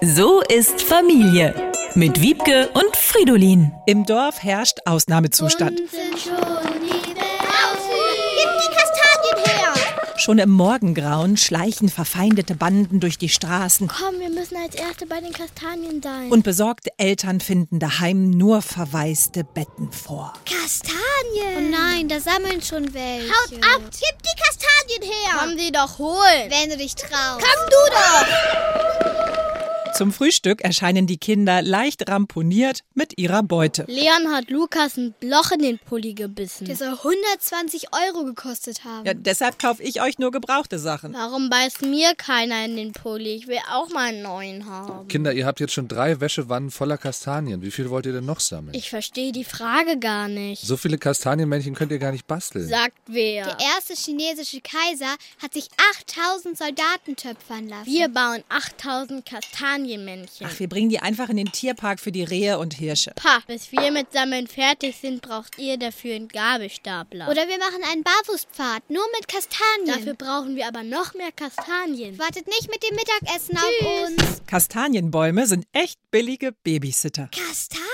So ist Familie mit Wiebke und Fridolin. Im Dorf herrscht Ausnahmezustand. sind schon die Gib die Kastanien her! Schon im Morgengrauen schleichen verfeindete Banden durch die Straßen Komm, wir müssen als Erste bei den Kastanien sein. und besorgte Eltern finden daheim nur verwaiste Betten vor. Kastanien! Oh nein, da sammeln schon welche. Haut ab! Gib die Kastanien her! Komm sie doch holen! Wenn du dich traust. Komm du doch! Zum Frühstück erscheinen die Kinder leicht ramponiert mit ihrer Beute. Leon hat Lukas ein Loch in den Pulli gebissen. Der soll 120 Euro gekostet haben. Ja, deshalb kaufe ich euch nur gebrauchte Sachen. Warum beißt mir keiner in den Pulli? Ich will auch mal einen neuen haben. Kinder, ihr habt jetzt schon drei Wäschewannen voller Kastanien. Wie viel wollt ihr denn noch sammeln? Ich verstehe die Frage gar nicht. so viele Kastanienmännchen könnt ihr gar nicht basteln. Sagt wer? Der erste chinesische Kaiser hat sich 8000 Soldaten töpfern lassen. Wir bauen 8000 Kastanienmännchen. Ach, wir bringen die einfach in den Tierpark für die Rehe und Hirsche. Pa, bis wir mit Sammeln fertig sind, braucht ihr dafür einen Gabelstapler. Oder wir machen einen Barfußpfad, nur mit Kastanien. Dafür brauchen wir aber noch mehr Kastanien. Wartet nicht mit dem Mittagessen auf uns. Kastanienbäume sind echt billige Babysitter. Kastanien.